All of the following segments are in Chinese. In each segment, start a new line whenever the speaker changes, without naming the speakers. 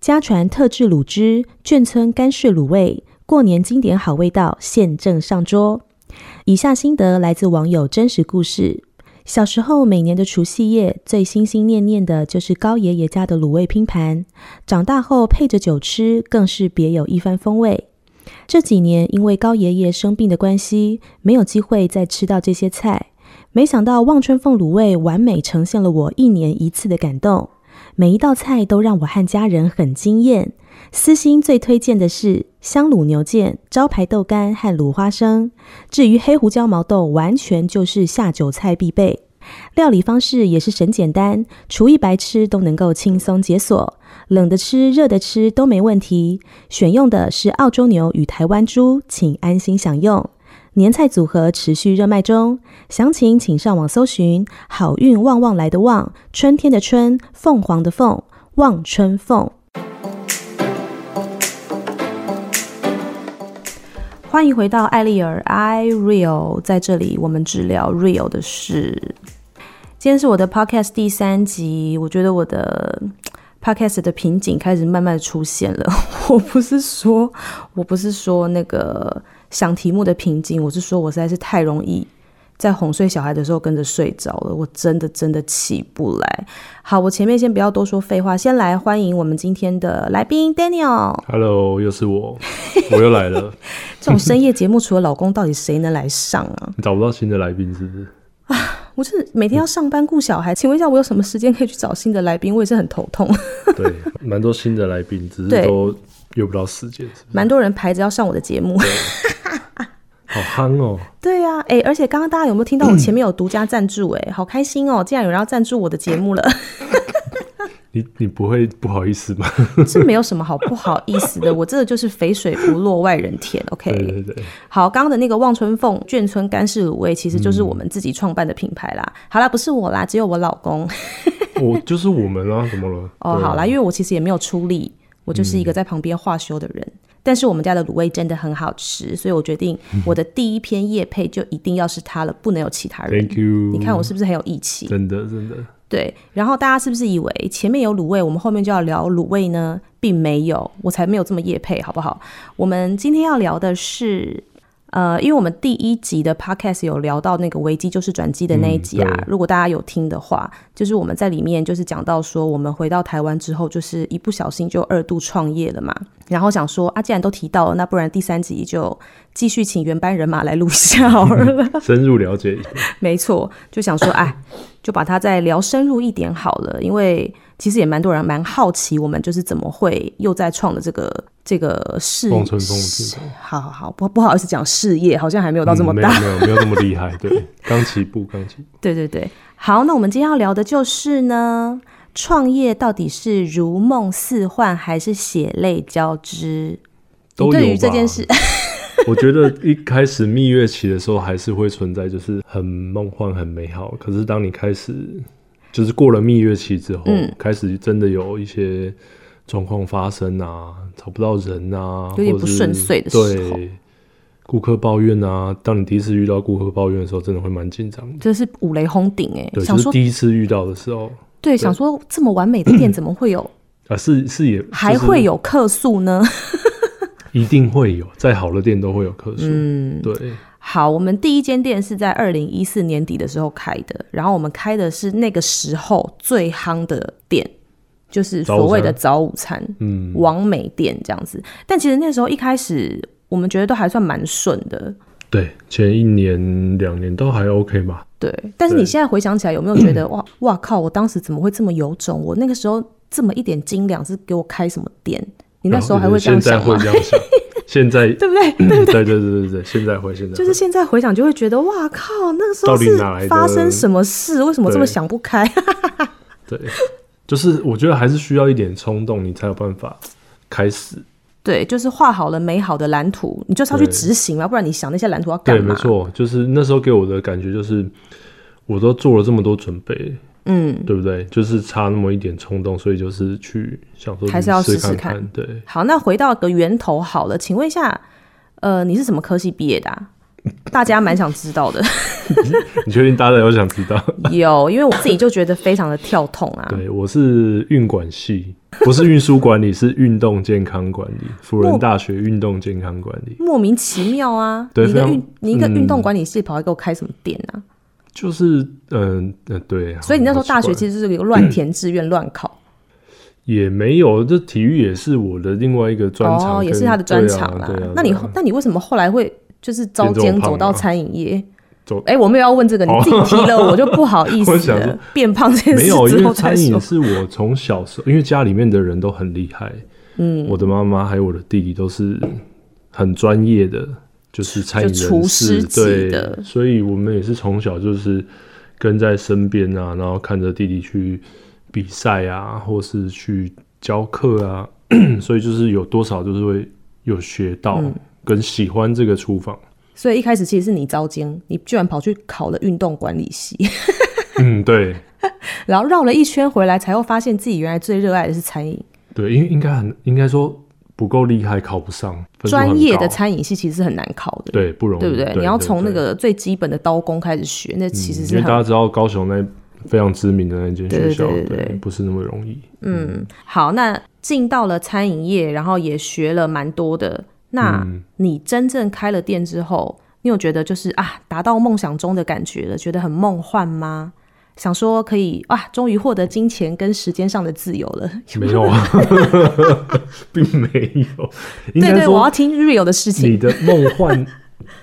家传特制卤汁、眷村干式卤味，过年经典好味道现正上桌。以下心得来自网友真实故事。小时候，每年的除夕夜最心心念念的就是高爷爷家的卤味拼盘。长大后配着酒吃，更是别有一番风味。这几年因为高爷爷生病的关系，没有机会再吃到这些菜。没想到望春凤卤味完美呈现了我一年一次的感动，每一道菜都让我和家人很惊艳。私心最推荐的是香卤牛腱、招牌豆干和卤花生。至于黑胡椒毛豆，完全就是下酒菜必备。料理方式也是神简单，厨艺白痴都能够轻松解锁，冷的吃、热的吃都没问题。选用的是澳洲牛与台湾猪，请安心享用。年菜组合持续热卖中，详情请上网搜寻“好运旺旺来的旺，春天的春，凤凰的凤，望春凤”。
欢迎回到艾丽尔 i real，在这里我们只聊 real 的事。今天是我的 podcast 第三集，我觉得我的 podcast 的瓶颈开始慢慢地出现了。 我不是说我不是说那个想题目的瓶颈，我是说我实在是太容易在哄睡小孩的时候跟着睡着了，我真的真的起不来。好，我前面先不要多说废话，先来欢迎我们今天的来宾 Daniel。
Hello，又 是我，我又来了。
这种深夜节目，除了老公，到底谁能来上啊？
你找不到新的来宾是不是？
我是每天要上班顾小孩，请问一下，我有什么时间可以去找新的来宾？我也是很头痛，
对，蛮多新的来宾，只是
对
都约不到时间，是不是
蛮多人排着要上我的节目。
好憨哦、
对呀、啊，哎、而且刚刚大家有没有听到我前面有独家赞助、哎，好开心哦！竟然有人要赞助我的节目了，
你你不会不好意思吗？
这没有什么好不好意思的，我真的就是肥水不落外人田。OK，
对对对，
好，刚刚的那个望春凤眷村干式卤味，其实就是我们自己创办的品牌啦。好啦，不是我啦，只有我老公。
我就是我们啊，怎么了？
哦，
对啊
好啦，因为我其实也没有出力，我就是一个在旁边画修的人。但是我们家的卤味真的很好吃，所以我决定我的第一篇夜配就一定要是它了，不能有其他人。
，Thank you。
你看我是不是很有义气？
真的真的，
对，然后大家是不是以为前面有卤味，我们后面就要聊卤味呢？并没有，我才没有这么夜配，好不好？我们今天要聊的是，呃，因为我们第一集的 podcast 有聊到那个危机就是转机的那一集啊，
嗯对
如果大家有听的话，就是我们在里面就是讲到说，我们回到台湾之后，就是一不小心就二度创业了嘛，然后想说啊，既然都提到了，那不然第三集就继续请原班人马来录下好了。
深入了解一下。
没错，就想说，哎，就把它再聊深入一点好了，因为其实也蛮多人蛮好奇，我们就是怎么会又在创了这个这个事
望春风的品牌
好好好，不不好意思讲事业，好像还没有到这么
嗯
大。
没有没有没有那么厉害，对，刚起步刚起步。
对对对，好，那我们今天要聊的就是呢，创业到底是如梦似幻还是血泪交织？
都
你对
有
于这
吧
件事，
我觉得一开始蜜月期的时候还是会存在，就是很梦幻、很美好。可是当你开始就是过了蜜月期之后，
嗯
开始真的有一些状况发生啊，找不到人啊，
有点
或
不
者是
顺遂的时候
对，顾客抱怨啊。当你第一次遇到顾客抱怨的时候，真的会蛮紧张的。
这是五雷轰顶哎、
对，
想
就是
说
第一次遇到的时候
对，想说这么完美的店怎么会有
啊，是是也
还会，有客诉呢？
就是一定会有，再好的店都会有客诉。嗯，对，
好，我们第一间店是在二零一四年底的时候开的，然后我们开的是那个时候最夯的店，就是所谓的早午餐，
嗯，
王美店这样子。但其实那时候一开始，我们觉得都还算蛮顺的，
对，前一年两年都还 OK 吧。
对。但是你
对
现在回想起来，有没有觉 得哇哇靠，我当时怎么会这么有种？我那个时候这么一点斤两是给我开什么店？你那时候还会这样想
现在会
吗？
这 样想，现在
对不对？
对对对对对，现在会现在
就是
会
现在回想就会觉得，哇靠，那个时候
到底
是
哪来的
发生什么事？为什么这么
对
想不开？
对，就是我觉得还是需要一点冲动，你才有办法开始。
对，就是画好了美好的蓝图，你就是要去
对
执行嘛，不然你想那些蓝图要干
对，
嘛？
没错，就是那时候给我的感觉就是，我都做了这么多准备，
嗯，
对不对？就是差那么一点冲动，所以就是去想说
还是要
试
试试看
看对，
好，那回到个源头好了，请问一下，呃，你是什么科系毕业的、啊？大家蛮想知道的。
你确定大家有想知道？
有，因为我自己就觉得非常的跳痛啊。
对，我是运管系，不是运输管理，是运动健康管理，辅仁大学运动健康管理。
莫名其妙啊！
对
你一个
非常
运你一个运动
嗯
管理系跑来给我开什么店啊？
就是嗯呃对，
所以你那时候大学
实
其实是有乱填志愿、乱考，
也没有，这体育也是我的另外一个专长
哦，
跟，
也是他的专长
啦。
啦
对啊。
那你
对啊
那你为什么后来会就是遭
变这么
奸
胖
走到
啊
餐饮业
走？
哎，我没有要问这个，你
哦
自己提了，我就不好意
我
思
想说
了。变胖这件
没
事
有，
之
因
后
为
再
餐饮
说。
是我从小时候，因为家里面的人都很厉害，嗯，我的妈妈还有我的弟弟都是很专业的，就是餐饮
就厨
人
师
士，
级
对
的，
所以我们也是从小就是跟在身边啊，然后看着弟弟去比赛啊，或是去教课啊， 所以就是有多少就是会有学到
嗯
跟喜欢这个厨房。
所以一开始其实是你遭奸，你居然跑去考了运动管理系，
嗯，对
然后绕了一圈回来，才会发现自己原来最热爱的是餐饮。
对，应应该很应该说不够厉害，考不上分数很
专业的
高
餐饮系其实是很难考的。
对，不容易，
对不对？你要从那
对
个最基本的刀工开始学，那其实
嗯
是
因为
很
大家知道高雄那非常知名的那间学校，
对对对对对
不是那么 容易。
嗯好。那进到了餐饮业，然后也学了蛮多的。那
嗯
你真正开了店之后，你有觉得就是啊，达到梦想中的感觉了，觉得很梦幻吗？想说可以啊，终于获得金钱跟时间上的自由了。
没有啊，并没有。 应
对
该
对，我
说
要听 real 的事
你
情。
的梦幻，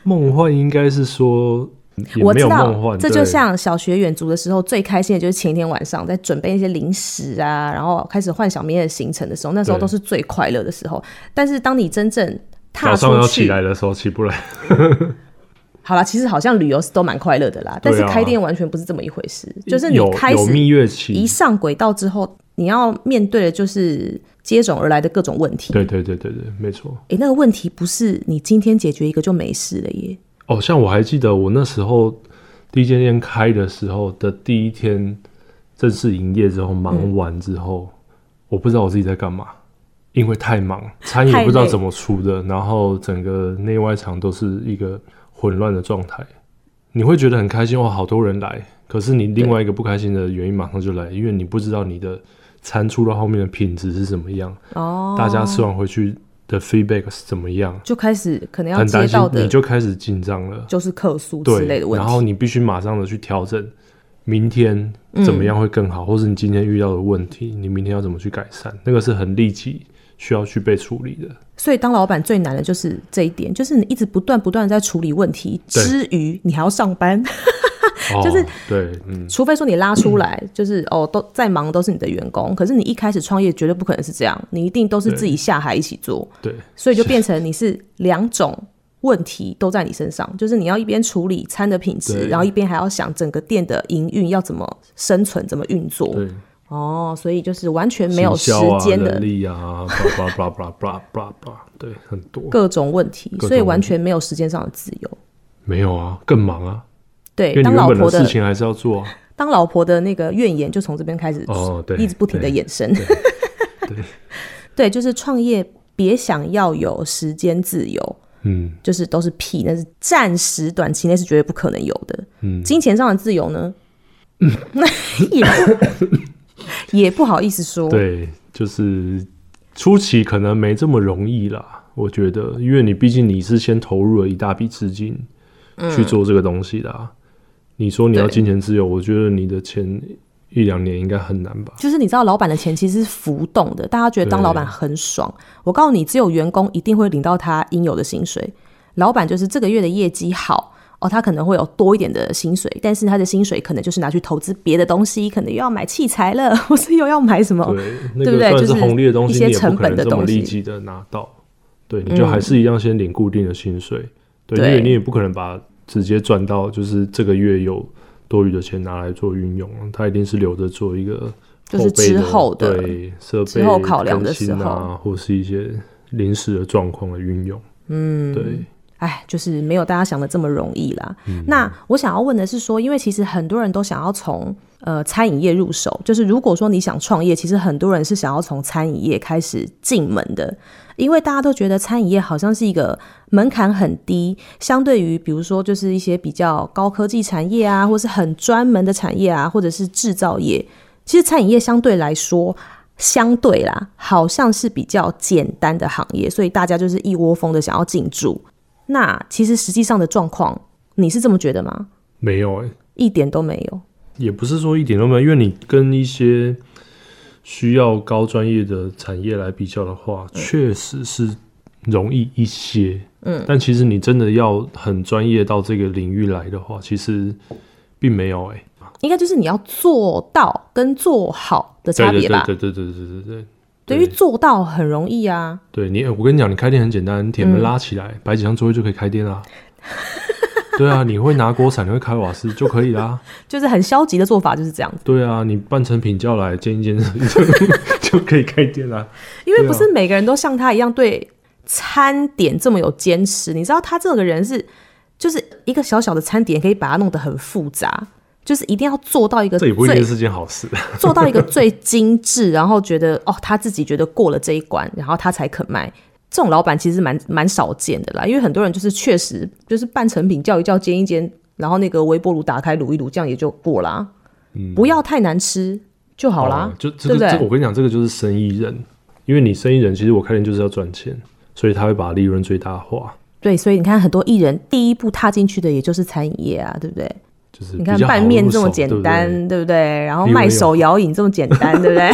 梦幻应该是说也
我
没
知
有
道
梦幻，，
这
对
就像小学远足的时候，最开心的就是前一天晚上在准备一些零食啊，然后开始幻想明天的行程的时候，那时候
对
都是最快乐的时候。但是当你真正踏
早上
出
要起
去，
来的时候起不来，
好啦，其实好像旅游是都蛮快乐的啦，但是
对啊
开店完全不是这么一回事。就是你
有
开
有
始
蜜月
一
期，
上轨道之后，你要面对的就是接踵而来的各种问题。
对对对对对，没错。
诶，那个问题不是你今天解决一个就没事了耶。
哦，像我还记得我那时候第一间店开的时候的第一天正式营业之后，忙完之后，我不知道我自己在干嘛，因为太忙，餐
太
也不知道
累
怎么出的，然后整个内外场都是一个混乱的状态。你会觉得很开心，哇，好多人来，可是你另外一个不开心的原因马上就来，因为你不知道你的餐出到后面的品质是怎么样，
哦，
大家吃完回去的 feedback 是怎么样，
就开始可能要
很
接
担心
到，的
你就开始紧张了。
就是客诉
对，
之类的问
然
题。
后你必须马上的去调整，明天怎么样会更
嗯
好，或是你今天遇到的问题，你明天要怎么去改善，那个是很立即需要去被处理的。
所以当老板最难的就是这一点，就是你一直不断不断地在处理问题
对
之余，你还要上 班，
哦，
就是
对，嗯，
除非说你拉出来，就是哦都再忙都是你的员工，可是你一开始创业绝对不可能是这样，你一定都是
对
自己下海一起做，
对，
所以就变成你是两种。问题都在你身上， 就是你要一边处理餐的品质，
对
然后一边还要想整个店的营运要怎么生存、怎么运作。
对，
哦，所以就是完全没有时
行销啊
间的
人力啊，巴拉巴拉巴拉巴拉巴拉巴拉，对，很多
各种问题，
各种
所以
问
完
题
全没有时间上的自由。
没有啊，更忙啊，因
对，
为你
当
原
老
本
婆
的事
的
情还是要做啊。
当老婆的那个怨言就从这边开始，
哦，对，
一直不停的
对
衍生。
对
对，就是创业别想要有时间自由，
嗯
就是都是屁，那是暂时短期内是绝对不可能有的。
嗯，
金钱上的自由呢， 也不也不好意思说。
对，就是初期可能没这么容易啦，我觉得，因为你毕竟你是先投入了一大笔资金去做这个东西的、啊。你说你要
对
金钱自由，我觉得你的前一两年应该很难吧？
就是你知道，老板的钱其实是浮动的，大家觉得当
对
老板很爽。我告诉你，只有员工一定会领到他应有的薪水。老板就是这个月的业绩好哦，他可能会有多一点的薪水，但是他的薪水可能就是拿去投资别的东西，可能又要买器材了，或是又要买什么。
对，那
哦对不对
个算
就是是
红利的东
一
西，
些
你也
成
不可
本
能
的
这么
东
立
西嗯
即的拿到。对，你就还是一样先领固定的薪水。对，因
对
为你也不可能把直接赚到，就是这个月有多余的钱拿来做运用，啊它一定是留着做一个
就是
备
之后的
的对设备
之后考量的时候
更新啊，或是一些临时的状况的运用。嗯，对，
哎，就是没有大家想的这么容易啦。那我想要问的是说，因为其实很多人都想要从呃餐饮业入手，就是如果说你想创业，其实很多人是想要从餐饮业开始进门的，因为大家都觉得餐饮业好像是一个门槛很低，相对于比如说就是一些比较高科技产业啊，或是很专门的产业啊，或者是制造业，其实餐饮业相对来说相对啦，好像是比较简单的行业，所以大家就是一窝蜂的想要进驻。那其实实际上的状况，你是这么觉得吗？
没有、欸，
一点都没有。
也不是说一点都没有，因为你跟一些需要高专业的产业来比较的话，确、实是容易一些。嗯，但其实你真的要很专业到这个领域来的话，其实并没有哎、
应该就是你要做到跟做好的
对
差
对
别
对
吧。
对对对对对对，
对于做到很容易啊，
对你，我跟你讲，你开店很简单，你铁门拉起来，摆几张桌椅就可以开店啦。对啊，你会拿锅铲，你会开瓦斯就可以啦。
就是很消极的做法就是这样子。
对啊，你半成品叫来煎一煎就可以开店啦。
因为
对啊
不是每个人都像他一样对餐点这么有坚持。你知道他这个人是，就是一个小小的餐点可以把它弄得很复杂，就是一定要做到一个
这
最
也不一定是件好事。
做到一个最精致，然后觉得哦，他自己觉得过了这一关，然后他才肯卖。这种老板其实蛮蛮少见的啦，因为很多人就是确实就是半成品叫一叫煎一煎，然后那个微波炉打开卤一卤，这样也就过啦。不要太难吃就好啦。
哦就这个，
对不对
这个我跟你讲，这个就是生意人，因为你生意人，其实我开店就是要赚钱，所以他会把利润最大化，
对，所以你看很多艺人第一步踏进去的也就是餐饮业啊，对不对？
就是
你看
比较好
拌面
入
这么
手
简
对不对
单，对不对？然后
比我
卖
有
手摇饮这么简单，对不 对？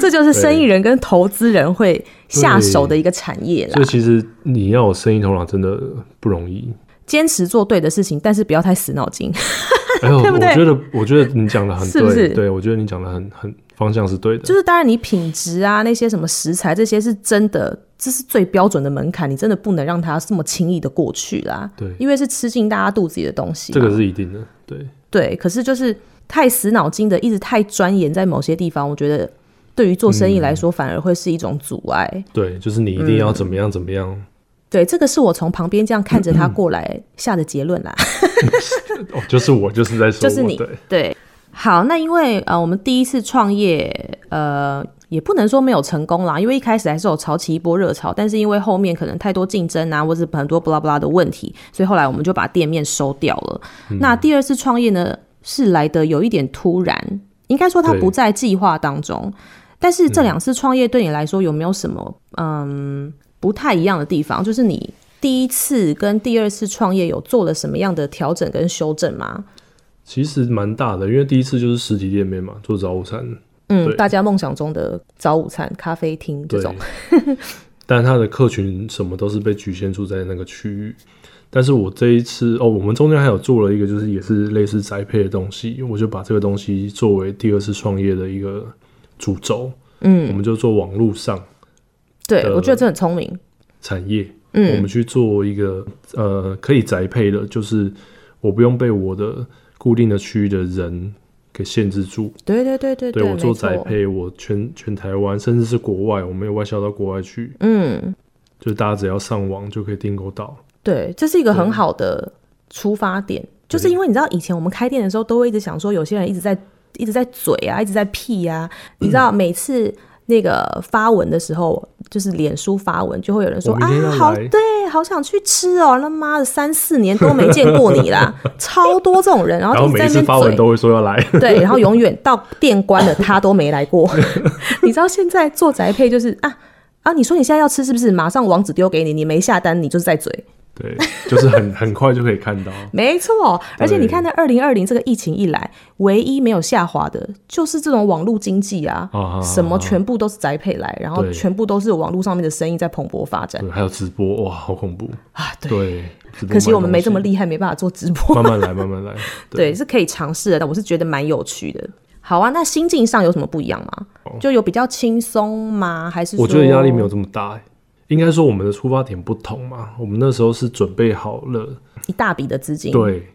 这就是生意人跟投资人会下手的一个产业
所
啦
以。其实你要有生意头脑真的不 容易。
坚持做对的事情，但是不要太死脑筋。
哎呦，
对不对
我觉得，我觉得你 讲的很
是
对，
不是
对我觉得你讲的很很方向是对的。
就是当然，你品质啊，那些什么食材，这些是真的，这是最标准的门槛，你真的不能让它这么轻易的过去啦。
对，
因为是吃进大家肚子里的东西嘛。
这个是一定的。对，
对，可是就是太死脑筋的，一直太钻研在某些地方，我觉得对于做生
嗯
意来说，反而会是一种阻碍。
对，就是你一定要怎么样怎么样。
对，这个是我从旁边这样看着他过来下的结论啦。
哦，就是我就是在说
嗯
我，
就是你
对，
对，好，那因为呃，我们第一次创业，呃，也不能说没有成功啦，因为一开始还是有潮起一波热潮，但是因为后面可能太多竞争啊，或者很多不拉不拉的问题，所以后来我们就把店面收掉了。那第二次创业呢，是来的有一点突然，应该说它
对
不在计划当中。但是这两次创业对你来说有没有什么嗯不太一样的地方？就是你第一次跟第二次创业有做了什么样的调整跟修正吗？
其实蛮大的，因为第一次就是实体店面嘛，做早午餐，
嗯，
对
大家梦想中的早午餐、咖啡厅这
对，
种，
但他的客群什么都是被局限住在那个区域。但是我这一次哦，我们中间还有做了一个，就是也是类似宅配的东西，我就把这个东西作为第二次创业的一个主轴，我
嗯，
们就做网络上
对，
呃
我觉得这很聪明，
产业，我
嗯
们去做一个呃可以宅配的，就是我不用被我的固定的区域的人给限制住，
对对对对
对我做
没错
宅配，我全全台湾甚至是国外，我们有外销到国外去，
嗯，
就是大家只要上网就可以订购到。
对，这是一个很好的出发点，就是因为你知道以前我们开店的时候，都会一直想说，有些人一直在一直在嘴啊，一直在屁啊，你知道每次。那个发文的时候，就是脸书发文，就会有人说
我
啊
明天要，
好
来
对，好想去吃哦，他妈的三四年都没见过你 啦，超多这种人，然后
然
就
后
一直
每
在
一
那
次
边
发
嘴
文，都会说要来，
对，然后永远到店关了，他都没来过。你知道现在做宅配就是啊啊，你说你现在要吃是不是？马上网址丢给你，你没下单，你就是在嘴。
对，就是很很快就可以看到。
没错，而且你
对
看，那二零二零这个疫情一来，唯一没有下滑的就是这种网络经济啊，
啊
什么全部都是宅配来，然后
对
全部都是网络上面的生意在蓬勃发展
对，还有直播，哇，好恐怖！
啊。对，
对，直播
可惜我们
卖
没这么
东西，
厉害，没办法做直播。
慢慢来，慢慢来。
对，是可以尝试的，但我是觉得蛮有趣的。好啊，那心境上有什么不一样吗？就有比较轻松吗？还是
哦我觉得
说
压力没有这么大、欸，应该说我们的出发点不同嘛。我们那时候是准备好了，
一大笔的资金，
对，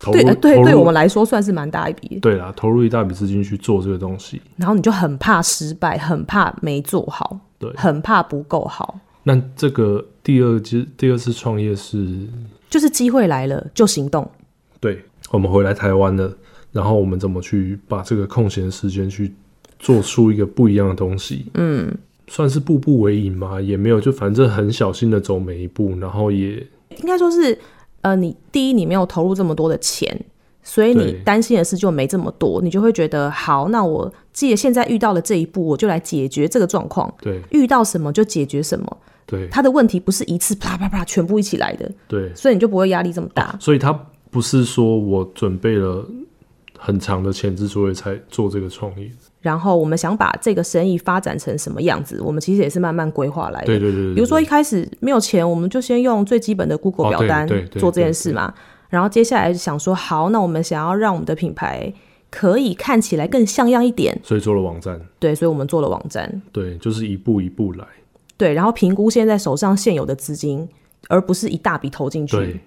投入
对呃对
投
对，
入
我们来说算是蛮大一笔。
对啦，投入一大笔资金去做这个东西，
然后你就很怕失败，很怕没做好，
对
很怕不够好，
那这个第二次第二次创业是，
就是机会来了就行动。
对我们回来台湾了，然后我们怎么去把这个空闲时间去做出一个不一样的东西？
嗯，
算是步步为营嘛，也没有，就反正很小心的走每一步，然后也
应该说是，呃，你第一你没有投入这么多的钱，所以你
对
担心的事就没这么多，你就会觉得好，那我既然现在遇到了这一步，我就来解决这个状况，
对
遇到什么就解决什么。
对
他的问题不是一次啪啪啪全部一起来的，
对，
所以你就不会压力这么大。
所以他不是说我准备了很长的钱之所以才做这个创业，
然后我们想把这个生意发展成什么样子，我们其实也是慢慢规划来的。
对对对对，
比如说
对
一开始没有钱，我们就先用最基本的 Google
哦
表单
对对对
做这件事嘛。然后接下来想说，好，那我们想要让我们的品牌可以看起来更像样一点，
所以做了网站，
对，所以我们做了网站，
对，就是一步一步来，
对，然后评估现在手上现有的资金，而不是一大笔投进
对
去。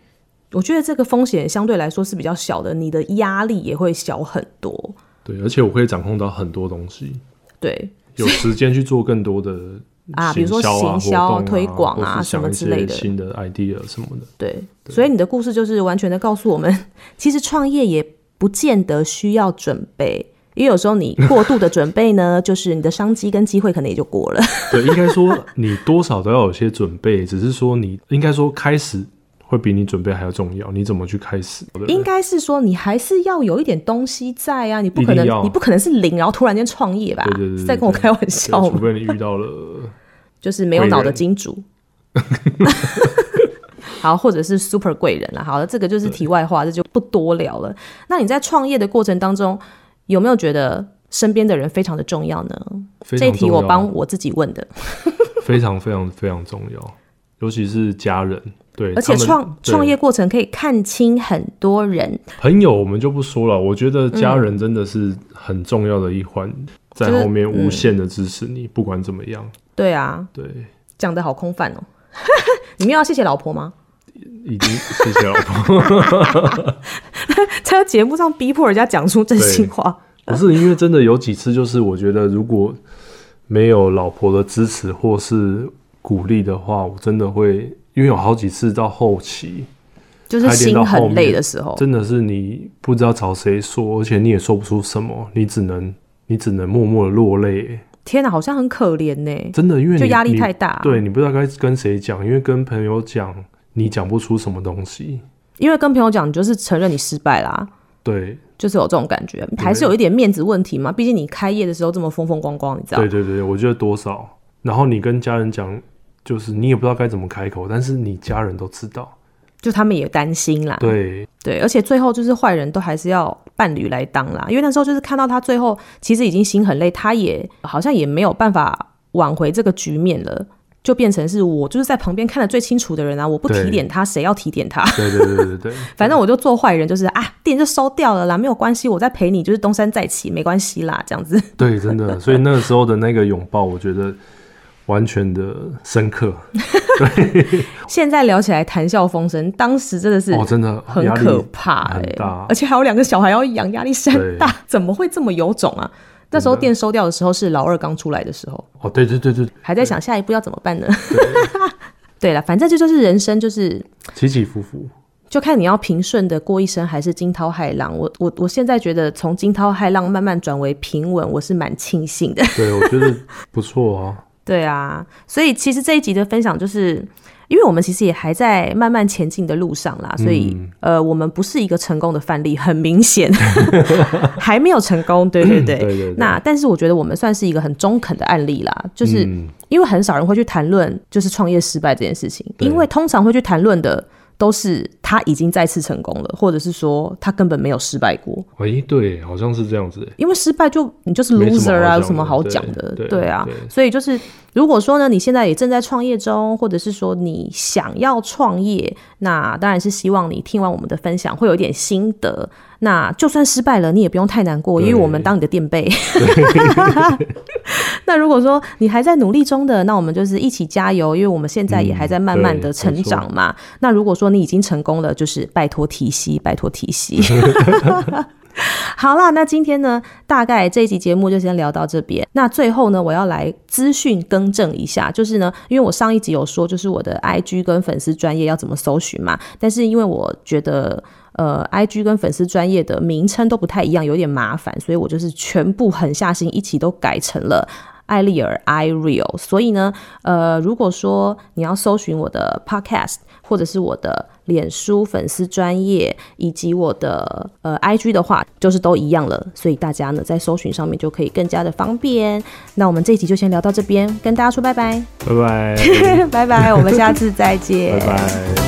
我觉得这个风险相对来说是比较小的，你的压力也会小很多。
对，而且我可以掌控到很多东西，
对
有时间去做更多的
啊比如说
销啊
行销
活动啊
推广啊
或是
什么
想一
之类
些
的
新的 idea 什么的，
对，所以你的故事就是完全的告诉我们，其实创业也不见得需要准备。因为有时候你过度的准备呢，就是你的商机跟机会可能也就过了。
对，应该说你多少都要有些准备，只是说你应该说开始会比你准备还要重要，你怎么去开始？对不对
应该是说你还是要有一点东西在啊，你不
一
可
定
能
要
你不可能是零，然后突然间创业吧？
对对对对
是在跟我开玩笑
对除
吗？
非你遇 到了，
就是没有脑
贵
的
人
金主。 好，或者是 super 贵人啦。好了，这个就是题外话，这就不多聊了。那你在创业的过程当中，有没有觉得身边的人非常的重要呢？
非
这一
常
题
重
我
要，啊
帮我自己问的，
非常非常非常重要，尤其是家人，对，
而且
他们
创
对
创业过程可以看清很多人，
朋友我们就不说了，我觉得家人真的是很重要的一环，
嗯
在
就是嗯
后面无限的支持你，不管怎么样，
对啊，
对，
讲的好空泛哦。 你们要谢谢老婆吗？
已经谢谢老婆。
在节目上逼迫人家讲出真心话，
不是因为真的有几次，就是我觉得如果没有老婆的支持或是鼓励的话，我真的会，因为有好几次到后期，
就是心很累的时候，
真的是你不知道找谁说，而且你也说不出什么，你只能你只能默默的落泪、欸
天哪，好像很可怜呢，
真的，因为
就
你
压力
你
太大、
对你不知道该跟谁讲，因为跟朋友讲你讲不出什么东西。
因为跟朋友讲，你就是承认你失败啦，
对
就是有这种感觉，还是有一点面子问题嘛。毕竟你开业的时候这么风风光光，你知道
对，对对，我觉得多少。然后你跟家人讲，就是你也不知道该怎么开口，但是你家人都知道。
就他们也担心啦。
对
对，而且最后就是坏人都还是要伴侣来当啦，因为那时候就是看到他最后其实已经心很累，他也好像也没有办法挽回这个局面了。就变成是我就是在旁边看得最清楚的人啊！我不提
对
点他，谁要提点他？
对对对对对对，
反正我就做坏人，就是啊，店就收掉了啦，没有关系，我再陪你，就是东山再起，没关系啦，这样子。
对真的。所以那个时候的那个拥抱，我觉得完全的深刻。
现在聊起来谈笑风生，当时真的是
哦，真的
很
压力
可怕、欸，
很大
而且还有两个小孩要养，压力山大，怎么会这么有种啊？那时候
真的
店收掉的时候是老二刚出来的时候，
哦，对对对对，
还在想下一步要怎么办呢？ 对了，反正这就是人生，就是
起起伏伏。
就看你要平顺的过一生，还是惊涛骇浪。我我我现在觉得从惊涛骇浪慢慢转为平稳，我是蛮庆幸的。
对，我觉得不错啊。
对啊，所以其实这一集的分享就是。因为我们其实也还在慢慢前进的路上
嗯
啦，所以、呃，我们不是一个成功的范例，很明 显，还没有成功。对 对对，
对对对
那但是我觉得我们算是一个很中肯的案例啦，就是
嗯，
因为很少人会去谈论就是创业失败这件事情，
对
因为通常会去谈论的都是他已经再次成功了，或者是说他根本没有失败过，
哎，对，好像是这样子欸。
因为失败就你就是
没什
loser
么好
啊，
讲
有什
的
么好讲的？
对对
对啊
对，
所以就是如果说呢，你现在也正在创业中，或者是说你想要创业，那当然是希望你听完我们的分享会有一点心得。那就算失败了，你也不用太难过，因
对
为我们当你的垫背。 那如果说你还在努力中的，那我们就是一起加油，因为我们现在也还在慢慢的
对
成
嗯没错
长 嘛。那如果说你已经成功了，就是拜托提息，拜托提息。 好啦，那今天呢，大概这一集节目就先聊到这边。那最后呢，我要来资讯更正一下，就是呢，因为我上一集有说，就是我的 IG 跟粉丝专业要怎么搜寻嘛，但是因为我觉得。呃，IG 跟粉丝专业的名称都不太一样，有点麻烦，所以我就是全部狠下心一起都改成了艾丽尔 iReal。所以呢，呃，如果说你要搜寻我的 Podcast 或者是我的脸书粉丝专业以及我的呃 IG 的话，就是都一样了。所以大家呢在搜寻上面就可以更加的方便。那我们这一集就先 聊到这边，跟大家说拜拜，
拜拜，
拜拜，我们下次再见，
拜拜。